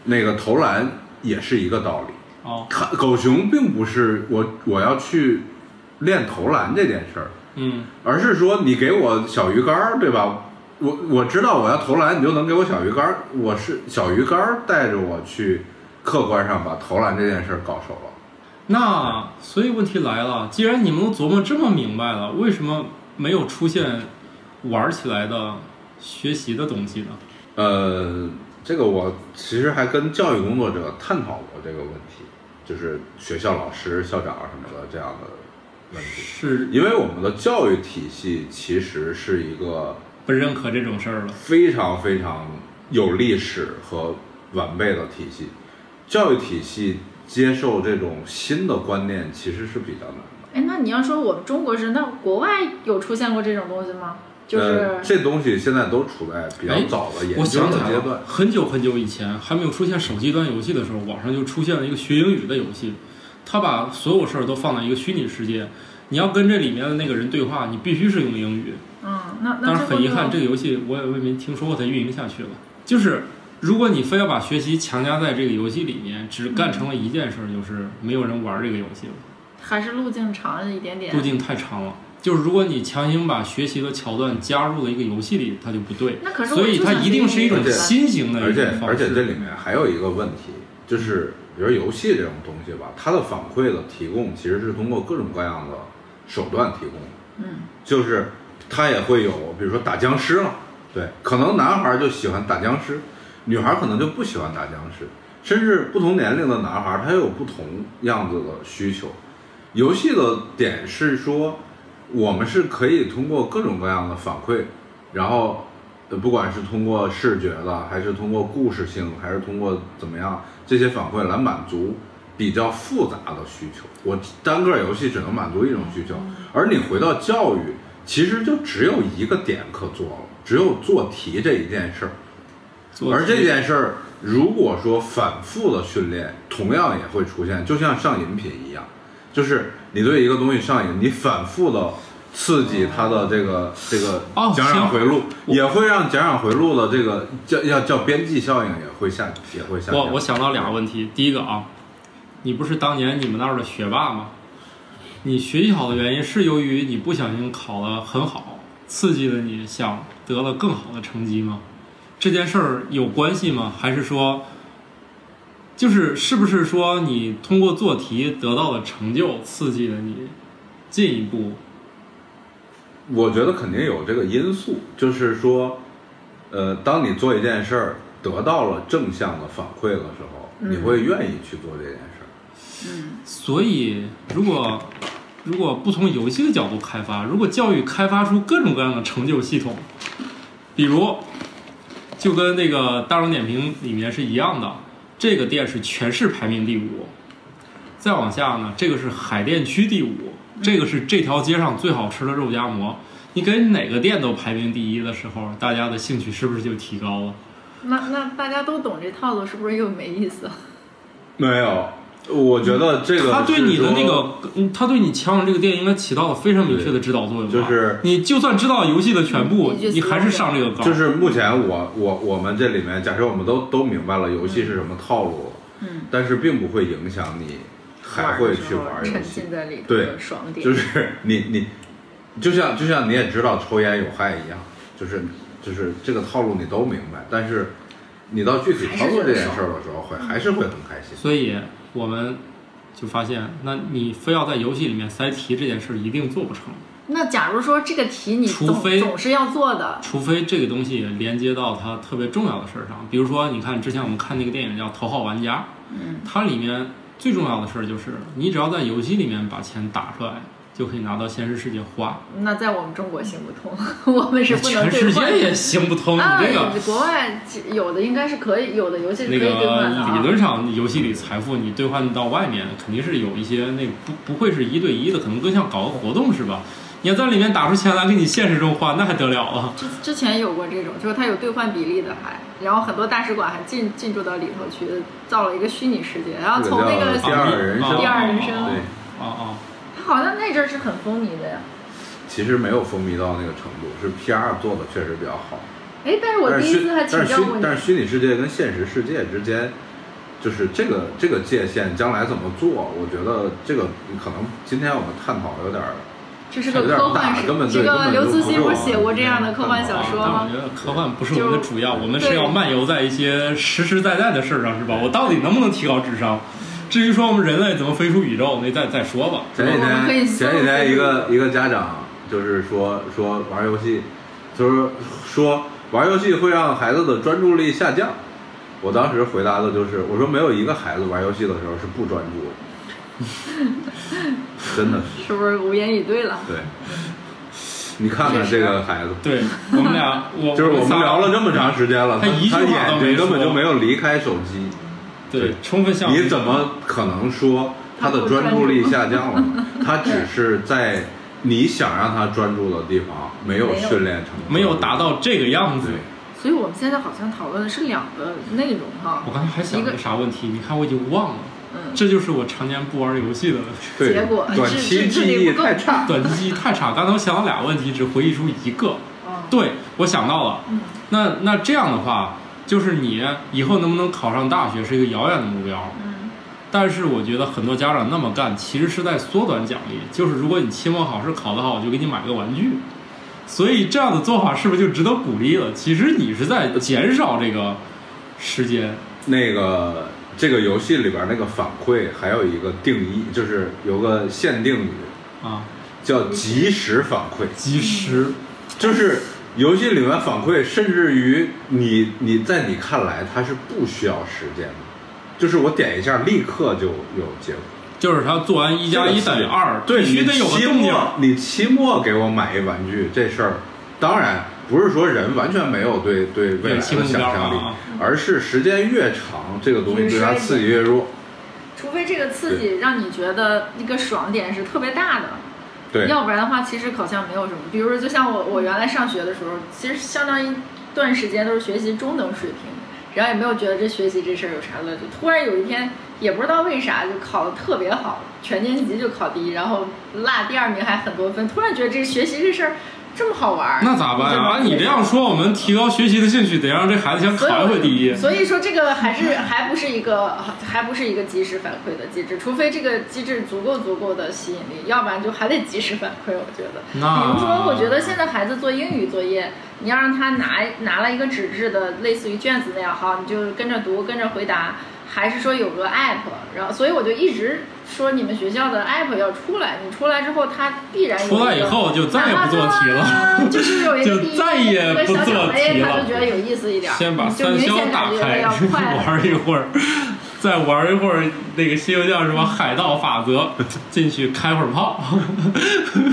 那个投篮也是一个道理。
哦，
看狗熊并不是我我要去练投篮这件事儿，
嗯，
而是说你给我小鱼干儿，对吧？我我知道我要投篮，你就能给我小鱼干儿。我是小鱼干儿带着我去客观上把投篮这件事儿搞熟了。
那所以问题来了，既然你们都琢磨这么明白了，为什么没有出现玩起来的学习的东西呢？
呃，这个我其实还跟教育工作者探讨过这个问题，就是学校老师、校长什么的这样的问题。
是
因为我们的教育体系其实是一个
不认可这种事儿了。
非常非常有历史和完备的体系，教育体系接受这种新的观念其实是比较难的。
哎，那你要说我们中国是，那国外有出现过这种东西吗？就是、
呃、这东西现在都处在比较
哎
早的研
我
究
想起
的
来
阶段
了，。很久很久以前还没有出现手机端游戏的时候，网上就出现了一个学英语的游戏，它把所有事儿都放在一个虚拟世界，你要跟这里面的那个人对话，你必须是用英语。
嗯，那那
但
最
是
后
很遗憾，
就
这个游戏我也我也没听说过它运营下去了。就是如果你非要把学习强加在这个游戏里面，只干成了一件事儿，就是没有人玩这个游戏了。
还是路径长了一点点
路。径太长了。就是如果你强行把学习的桥段加入了一个游戏里，它就不对。
那可是我
所以它一定是一种
而且
新型的
而
一种
且
方式。
而且这里面还有一个问题，就是比如游戏这种东西吧，它的反馈的提供其实是通过各种各样的手段提供的，
嗯，
就是他也会有，比如说打僵尸了，对，可能男孩就喜欢打僵尸，女孩可能就不喜欢打僵尸，甚至不同年龄的男孩他有不同样子的需求。游戏的点是说，我们是可以通过各种各样的反馈，然后呃不管是通过视觉的，还是通过故事性，还是通过怎么样这些反馈来满足比较复杂的需求。我单个游戏只能满足一种需求，而你回到教育，其实就只有一个点可做了，只有做题这一件事儿。
做
而这件事儿，如果说反复的训练，同样也会出现，就像上瘾品一样，就是你对一个东西上瘾，你反复的刺激它的这个这个
哦
奖赏
行
回路，
我
也会让奖赏回路的这个叫要叫边际效应也会下也会下降。
我我想到两个问题，第一个啊，你不是当年你们那儿的学霸吗？你学习好的原因是由于你不小心考得很好，刺激了你想得了更好的成绩吗？这件事儿有关系吗？还是说，就是是不是说你通过做题得到的成就刺激了你进一步？
我觉得肯定有这个因素，就是说，呃，当你做一件事儿得到了正向的反馈的时候，
嗯
你会愿意去做这件事儿。
所以，如果如果不从游戏的角度开发，如果教育开发出各种各样的成就系统，比如就跟那个大众点评里面是一样的，这个店是全市排名第五，再往下呢，这个是海淀区第五，这个是这条街上最好吃的肉夹馍。你给哪个店都排名第一的时候，大家的兴趣是不是就提高了？
那那大家都懂这套路，是不是又没意思了？
没有，我觉得这个
他对你的
是
那
说
个，嗯他对你强吻这个电影应该起到了非常明确的指导作用吧。
就是
你就算知道游戏的全部
嗯，你去
你还是上这个岗。
就是目前我我我们这里面，假设我们都都明白了游戏是什么套路，
嗯，
但是并不会影响你还会去玩游
沉
戏
浸，在里头
对
的爽点，
就是你你就像就像你也知道抽烟有害一样，就是就是这个套路你都明白，但是你到具体操作这件事儿的时候，会还是会很开心。
所以我们就发现，那你非要在游戏里面塞题这件事，一定做不成，
那假如说这个题你
除
总
非
总是要做的，
除非这个东西连接到它特别重要的事儿上。比如说，你看之前我们看那个电影叫《头号玩家》，
嗯，
它里面最重要的事儿就是，你只要在游戏里面把钱打出来，就可以拿到现实世界花。
那在我们中国行不通， 我们是不能
全
兑
世
换
界也
的。
行不通，
啊
你这个。，
国外有的应该是可以，有的游戏是可
那
以兑换的
个理
啊。
论上，游戏里财富你兑换到外面，肯定是有一些那不不会是一对一的，可能更像搞个活动是吧？你要在里面打出钱来给你现实中花，那还得了啊？
之之前有过这种，就是它有兑换比例的还，然后很多大使馆还进进驻到里头去，造了一个虚拟世界，然后从那
这
个
个叫第二人
啊
生，
第二人生
对，
啊啊！
它好像那阵儿是很风靡的呀。
其实没有风靡到那个程度，是 PR 做的确实比较好。
哎，但是我
但
第
是
一
虚
次还
但
请
是
教
虚
过你
但，是虚拟世界跟现实世界之间，就是这个这个界限将来怎么做？我觉得这个可能今天我们探讨有点儿
这是
有
个
点
科幻
大
史
根本，
这
对根
个
本
刘
就
慈
不
欣
是
不是
我
写过
们
这样
能
的科幻
看
小
到
说
的
啊但
吗
我？觉得科幻不是我们的主要，我们
对
是要漫游在一些实实在在的事儿上是吧？我到底能不能提高智商？至于说我们人类怎么飞出宇宙，那再再说吧。
前几
我们可以
天
搜
前几
搜
天
这
一个一个家长就是说说玩游戏，就是说玩游戏会让孩子的专注力下降。我当时回答的就是我说没有一个孩子玩游戏的时候是不专注的， 真的是
是不是无言以对了？
对。你看看这个孩子，
对我们俩，我
就是我
仨
们聊了这么长时间了，
他
他
一句话
眼
都没
睛根本
说
就没有离开手机，
对，充分像
你怎么可能说他的专注力下降了？ 他只是在你想让他专注的地方没有训练成，
没有达到这个样子？
对，
所以我们现在好像讨论的是两个内容哈
我。刚才还想
一个
个啥问题，你看我已经忘了，
嗯，
这就是我常年不玩游戏的 问题，
对
结果
短
智
期
智智
记
力
忆
不够
太差。
短期记忆太差。刚才我想到俩问题，只回忆出一个。
哦，
对，我想到了，
嗯
那那这样的话，就是你以后能不能考上大学是一个遥远的目标，
嗯，
但是我觉得很多家长那么干，其实是在缩短奖励，就是如果你期末考试考得好，我就给你买个玩具。所以这样的做法是不是就值得鼓励了？其实你是在减少这个时间。
那个这个游戏里边那个反馈还有一个定义，就是有个限定语，
啊，
叫及时反馈，
及时，
就是游戏里面反馈，甚至于你你在你看来它是不需要时间的，就是我点一下立刻就有结果。
就是他做完一加一等于二，
对，
必须得有个
你期
动静。
末你期末给我买一玩具这事儿，当然不是说人完全没有对对未来的
有新目
想
标啊
象力，而是时间越长，这个东西对
越衰
它
减
刺激越弱。
除非这个刺激让你觉得一个爽点是特别大的，
对，
要不然的话，其实好像没有什么。比如说，就像我我原来上学的时候，其实相当一段时间都是学习中等水平，然后也没有觉得这学习这事儿有啥乐趣。突然有一天，也不知道为啥就考得特别好，全年级就考第一，然后落第二名还很多分。突然觉得这学习这事儿这么好玩儿，
那咋办
就
呀？按你这样说，我们提高学习的兴趣，得让这孩子先
所
考一回第一
以，。所以说这个还是还不是一个还不是一个及时反馈的机制，除非这个机制足够足够的吸引力，要不然就还得及时反馈。我觉得，比
那
如说，我觉得现在孩子做英语作业，你要让他拿拿了一个纸质的，类似于卷子那样，好，你就跟着读，跟着回答，还是说有个 app，然后，所以我就一直说你们学校的 app 要出来，你出来之后，他必然有
出来以后就再也不做题了，
了，就是有一个
就
第一
再也不做题了
有一个小小 A，他就觉得有意思一点，
先把
就
三
明
消
显
打
感觉
开，
要快了。
玩一会儿， 再玩一会儿那个《西游记》叫什么海盗法则，进去开会儿炮。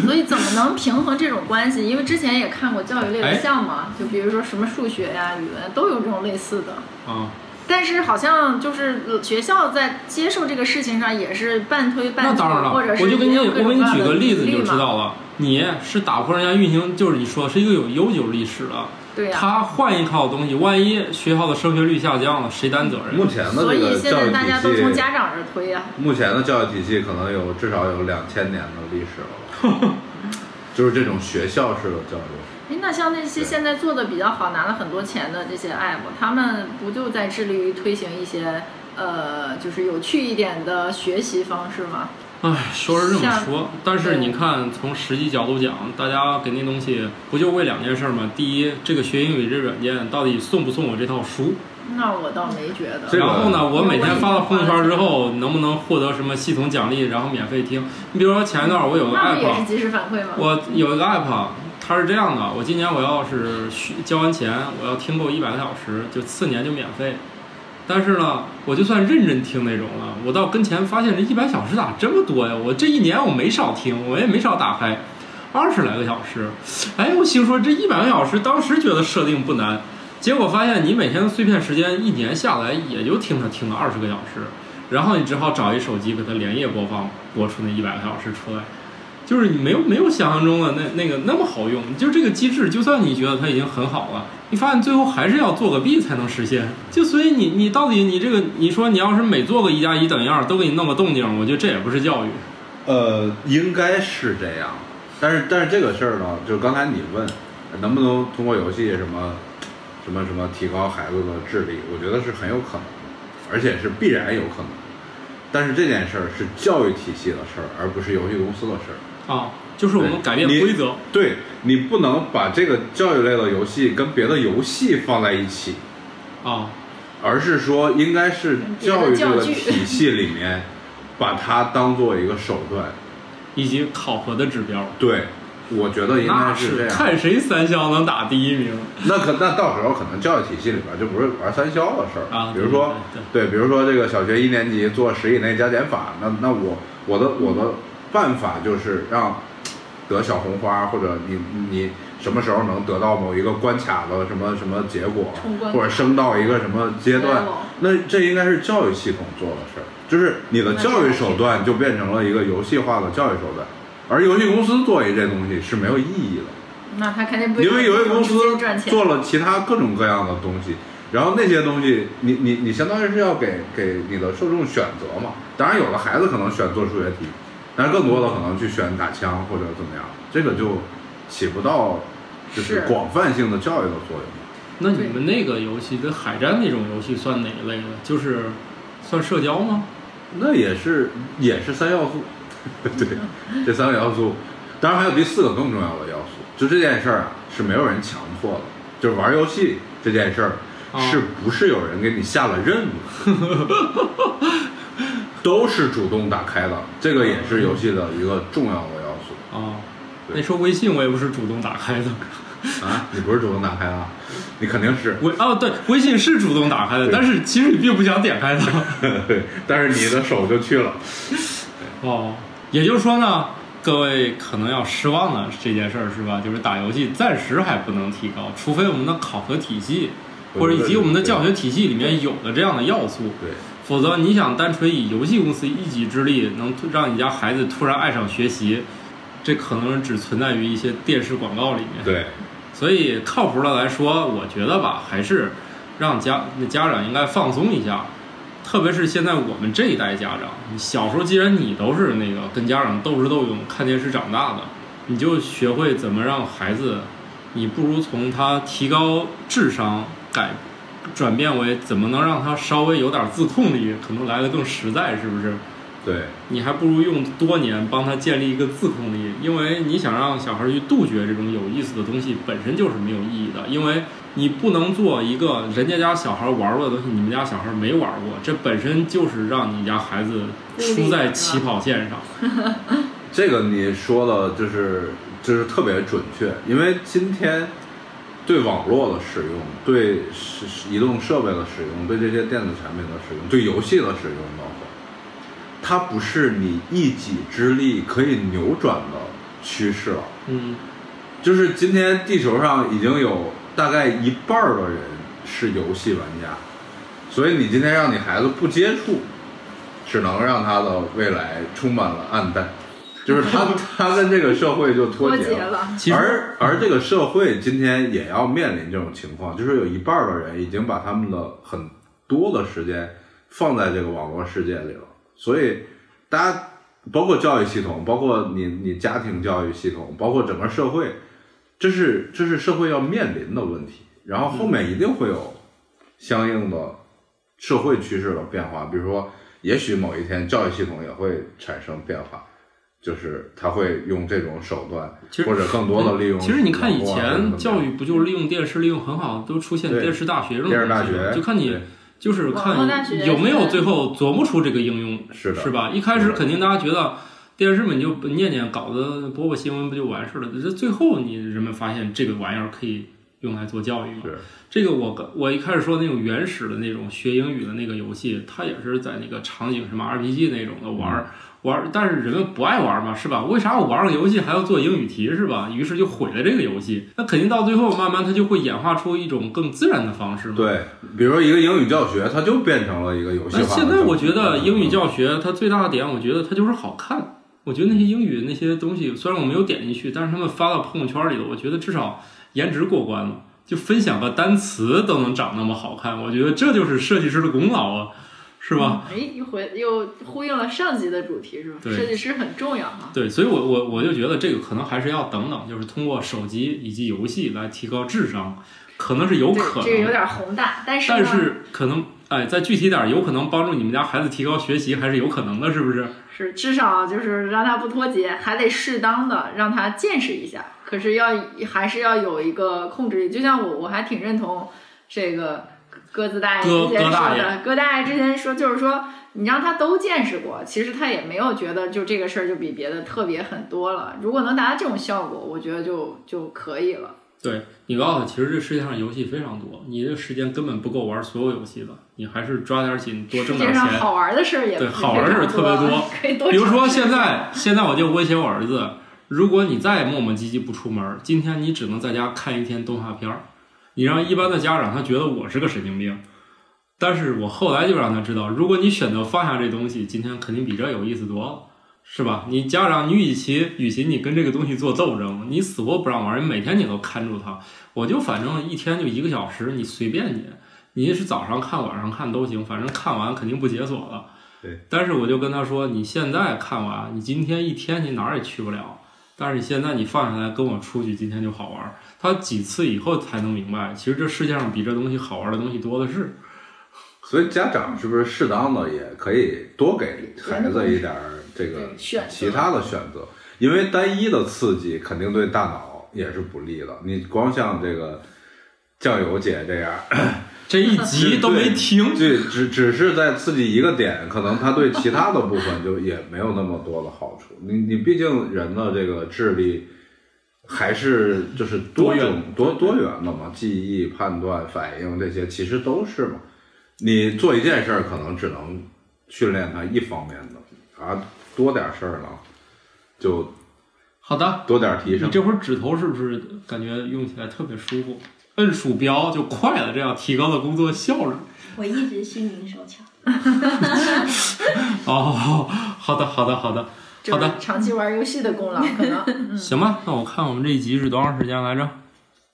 所以怎么能平衡这种关系？因为之前也看过教育类
哎
的项目，啊，就比如说什么数学呀、语文都有这种类似的。
啊，
但是好像就是呃学校在接受这个事情上也是半推半就，
那当然了，
或者是
我就给你，
也有各
我
种
给你举个例子你就
各样的
知道了。你是打破人家运行，就是你说是一个有悠久历史的，
对啊呀、
他换一套东西，万一学校的升学率下降了，谁担责任啊
目？前的
所
这
以
个
现
教育
在大家都从
体系，
家长这儿推呀、
目前的教育体系可能有至少有两千年的历史了吧，就是这种学校式的教育。
诶那像那些
对
现在做的比较好、拿了很多钱的这些 app，他们不就在致力于推行一些呃，就是有趣一点的学习方式吗？
唉，说是这么
像
说，但是你看，从实际角度讲，大家给那东西不就为两件事儿吗？第一，这个学英语这软件到底送不送我这套书？
那我倒没觉得。
这个
然后呢，我每天发到
我也
朋友圈之后，能不能获得什么系统奖励，然后免费听？你比如说前一段我有个
那不也
app，
是及时反馈吗？
我有一个 app，它是这样的：我今年我要是需交完钱，我要听够一百个小时，就次年就免费。但是呢，我就算认真听那种了，我到跟前发现这一百小时咋这么多呀？我这一年我没少听，我也没少打开，二十来个小时。哎，我心说这一百个小时，当时觉得设定不难，结果发现你每天的碎片时间一年下来也就听它听了二十个小时，然后你只好找一手机给它连夜播放，播出那一百个小时出来。就是你没有没有想象中的那那个那么好用，就这个机制，就算你觉得它已经很好了，你发现最后还是要做个弊才能实现。就所以你你到底你这个你说你要是每做个一加一等于二都给你弄个动静，我觉得这也不是教育。
呃，应该是这样，但是但是这个事儿呢，就是刚才你问呃能不能通过游戏什么什么什么提高孩子的智力，我觉得是很有可能的，而且是必然有可能的。但是这件事儿是教育体系的事儿，而不是游戏公司的事儿。
啊，就是我们改变
你
规则，
对你不能把这个教育类的游戏跟别的游戏放在一起，
啊，
而是说应该是教育这
别
个
的教具
体系里面，把它当做一个手段。
以及考核的指标，
对，我觉得应
那
该这样。
看谁三项能打第一名
那可那到时候可能教育体系里边就不是玩三消的事儿
啊
比如说对比如说这个小学一年级做十以内加减法，那那我我的我的办法就是让得小红花，或者你你什么时候能得到某一个关卡的什么什么结果
冲，关卡
或者升到一个什么阶段
Level，
那这应该是教育系统做的事儿，就是你的教育手段就变成了一个游戏化的教育手段，而游戏公司做一这东西是没有意义的。
那他肯定不会
因为游戏公
直接
司
赚钱。
做了其他各种各样的东西，然后那些东西，你你你相当于是要给给你的受众选择嘛。当然，有的孩子可能选做数学题，但是更多的可能去选打枪或者怎么样，这个就起不到就是
是
广泛性的教育的作用。
那你们那个游戏跟海战那种游戏算哪一类的？就是算社交吗？
那也是也是三要素， 对，这三个要素，当然还有第四个更重要的要素，就这件事儿啊是没有人强迫的，就是玩游戏这件事儿
啊
是不是有人给你下了任务？ 都是主动打开的，这个也是游戏的一个重要的要素。
啊。
对
那说微信我也不是主动打开的，
啊，你不是主动打开啊？你肯定是，
微哦对，微信是主动打开的，
对
但是其实你并不想点开 它。
对，但是你的手就去了。
哦，也就是说呢，各位可能要失望了这件事儿是吧？就是打游戏暂时还不能提高，除非我们的考核体系
我
或者
觉
以
得
及我们的教
对
学体系里面有的这样的要素，
对，
否则你想单纯以游戏公司一己之力能突让你家孩子突然爱上学习，这可能只存在于一些电视广告里面。
对，
所以靠谱的来说，我觉得吧，还是让家那家长应该放松一下，特别是现在我们这一代家长，你小时候既然你都是那个跟家长斗智斗勇、看电视长大的，你就学会怎么让孩子，你不如从他提高智商改。转变为怎么能让他稍微有点自控力，可能来的更实在，是不是？
对，
你还不如用多年帮他建立一个自控力，因为你想让小孩去杜绝这种有意思的东西，本身就是没有意义的，因为你不能做一个人家家小孩玩过的东西，你们家小孩没玩过，这本身就是让你家孩子输在起跑线上。
这个你说的就是就是特别准确，因为今天对网络的使用、对是是移动设备的使用、对这些电子产品的使用、对游戏的使用包括，它不是你一己之力可以扭转的趋势了。
嗯，
就是今天地球上已经有大概一半儿的人是游戏玩家，所以你今天让你孩子不接触，只能让他的未来充满了暗淡，就是 他他跟这个社会就脱
脱
节
节了。
其实
而而这个社会今天也要面临这种情况，就是有一半儿的人已经把他们的很多的时间放在这个网络世界里了，所以大家包括教育系统，包括你你家庭教育系统，包括整个社会，这是这是社会要面临的问题。然后后
嗯
面一定会有相应的社会趋势的变化，比如说，也许某一天教育系统也会产生变化。就是他会用这种手段，
其实
或者更多的利用网络啊。
其实你看以前教育
或者
不就是利用电视利用很好，都出现
对
电视大学这种
电视
东
大
西吗，
学，
就看你
对
就是
网络大
看
学
有没有
现在
最后琢磨出这个应用
是的，
是？吧？一开始肯定大家觉得电视嘛，你就念念稿子、播播新闻不就完事儿了？这最后你人们发现这个玩意儿可以用来做教育嘛？
是
这个我跟我一开始说那种原始的那种学英语的那个游戏，它也是在那个场景什么 RPG 那种的玩
嗯
儿玩儿，但是人们不爱玩儿嘛，是吧？为啥我玩儿个游戏还要做英语题是吧？于是就毁了这个游戏。那肯定到最后慢慢它就会演化出一种更自然的方式嘛。
对，比如一个英语教学，它就变成了一个游
那
戏化的教学。
现在我嗯觉得英语教学它最大的点，我觉得它就是好看。我觉得那些英语那些东西，虽然我没有点进去，但是他们发到朋友圈里头，我觉得至少颜值过关了。就分享个单词都能长那么好看，我觉得这就是设计师的功劳啊，是吧？
哎，一回又呼应了上集的主题是吧？
对
设计师很重要哈。
对，所以我我我就觉得这个可能还是要等等，就是通过手机以及游戏来提高智商，可能是有
对
可能的。
这个有点宏大，但是呢
但是可能哎，再具体点儿，有可能帮助你们家孩子提高学习，还是有可能的，是不是？
是至少就是让他不脱节，还得适当的让他见识一下。可是要还是要有一个控制力，就像我我还挺认同这个鸽子大爷
鸽
之前
鸽大
说
爷
的，鸽大爷之前说就是说你让他都见识过，其实他也没有觉得就这个事儿就比别的特别很多了。如果能达到这种效果，我觉得就就可以了。
对你告诉他，其实这世界上游戏非常多，你这时间根本不够玩所有游戏的，你还是抓点紧，多
世
挣
界
点
上
钱。
好玩的事儿也
对
非
好玩的事儿
常
特别多，
可以多
比如说
尝试
现在，现在我就威胁我儿子，如果你再磨磨唧唧不出门儿，今天你只能在家看一天动画片儿。你让一般的家长他觉得我是个神经病，但是我后来就让他知道，如果你选择放下这东西，今天肯定比这有意思多了。是吧？你家长，你与其与其你跟这个东西做斗争，你死活不让玩儿，你每天你都看住它，我就反正一天就一个小时，你随便你，你是早上看晚上看都行，反正看完肯定不解锁了。但是我就跟他说，你现在看完，你今天一天你哪儿也去不了，但是你现在你放下来跟我出去，今天就好玩儿。他几次以后才能明白，其实这世界上比这东西好玩的东西多的是。
所以家长是不是适当的也可以多给孩子一点儿这个
对选择
其他的选择？因为单一的刺激肯定对大脑也是不利的。你光像这个酱油姐这样，
这一集都没停。
对，只只是在刺激一个点，可能他对其他的部分就也没有那么多的好处。你你毕竟人的这个智力还是就是多种多多元的嘛，记忆、判断、反应这些其实都是嘛。你做一件事儿，可能只能训练他一方面的，啊，多点事儿呢，就
好的，
多点提
你
升。
这会儿指头是不是感觉用起来特别舒服？摁鼠标就快了，这样提高了工作效率。
我一直心灵手巧，
哦，好的，好的，好的，
这
好
是
的
长期玩游戏的功劳可 能。
行吧。那我看我们这一集是多长时间来着？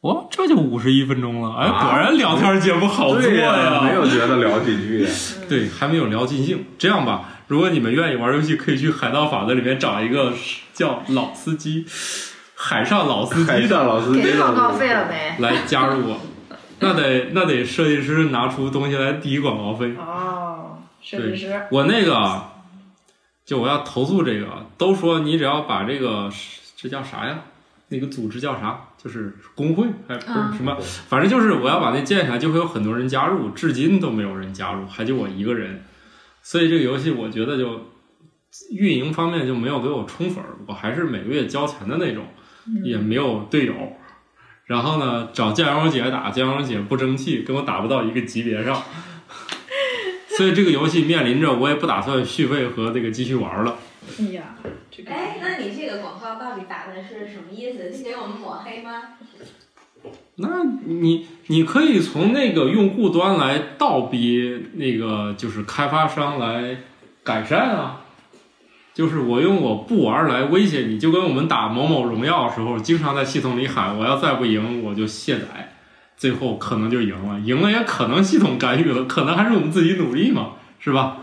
哦，这就五十一分钟了。哎，
啊
果然聊天节目好做
对呀、
呀。
没有觉得聊几 句呀。
对，还没有聊尽兴。这样吧，如果你们愿意玩游戏，可以去《海盗法则》里面找一个叫老司机，海上老司
海
机的
上老师
给广告费了没？
来加入我。那得那得设计师拿出东西来抵广告费。
哦，设计师，
我那个啊，就我要投诉这个，都说你只要把这个这叫啥呀？那个组织叫啥？就是工会，还不
啊
是什么，反正就是我要把那建起来，就会有很多人加入，至今都没有人加入，还就我一个人。所以这个游戏我觉得就运营方面就没有给我充粉儿，我还是每个月交钱的那种，也没有队友。然后呢，找酱油姐打，酱油姐不争气，跟我打不到一个级别上。 所以这个游戏面临着我也不打算续费和这个继续玩了。
哎呀，这个
哎，那你这个广告到底打的是什么意思？是给我们抹黑吗？
那你你可以从那个用户端来倒逼那个就是开发商来改善啊，就是我用我不玩来威胁你，就跟我们打某某荣耀的时候，经常在系统里喊我要再不赢我就卸载，最后可能就赢了，赢了也可能系统干预了，可能还是我们自己努力嘛，是吧？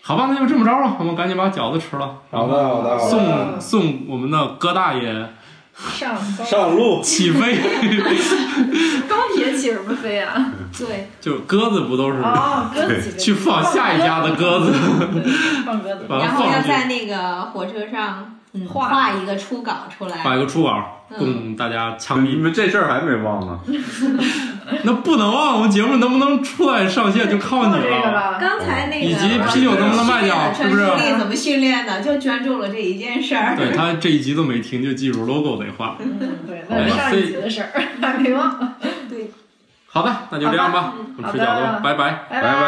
好吧，那就这么着了，我们赶紧把饺子吃了，
好的，好的，好的。
送送我们的哥大爷
上高
上路，
起飞。
高铁起什么飞啊？
对，
就鸽子不都是
哦，嗯鸽子起飞
去放下一家的鸽子，
放鸽子，
把
然
它
后
放
要
进去，
在那个火车上嗯
画
画一个初稿出来。
画一个初稿
嗯
供大家枪
你
毙。
们这事儿还没忘呢。
那不能忘，我们节目能不能出来上线就靠
放
你
这个
了。
吧。
刚才那个
以及啤酒能不能卖 掉
训练
是不是
专注力怎么训练的？就专注了这一件事儿。
对他这一集都没听，就记住 logo 得画。
嗯，对，那是上一集的事儿，还没忘。
好的，那就这样吧，我们吃饺子，
好的
拜拜。
拜
拜拜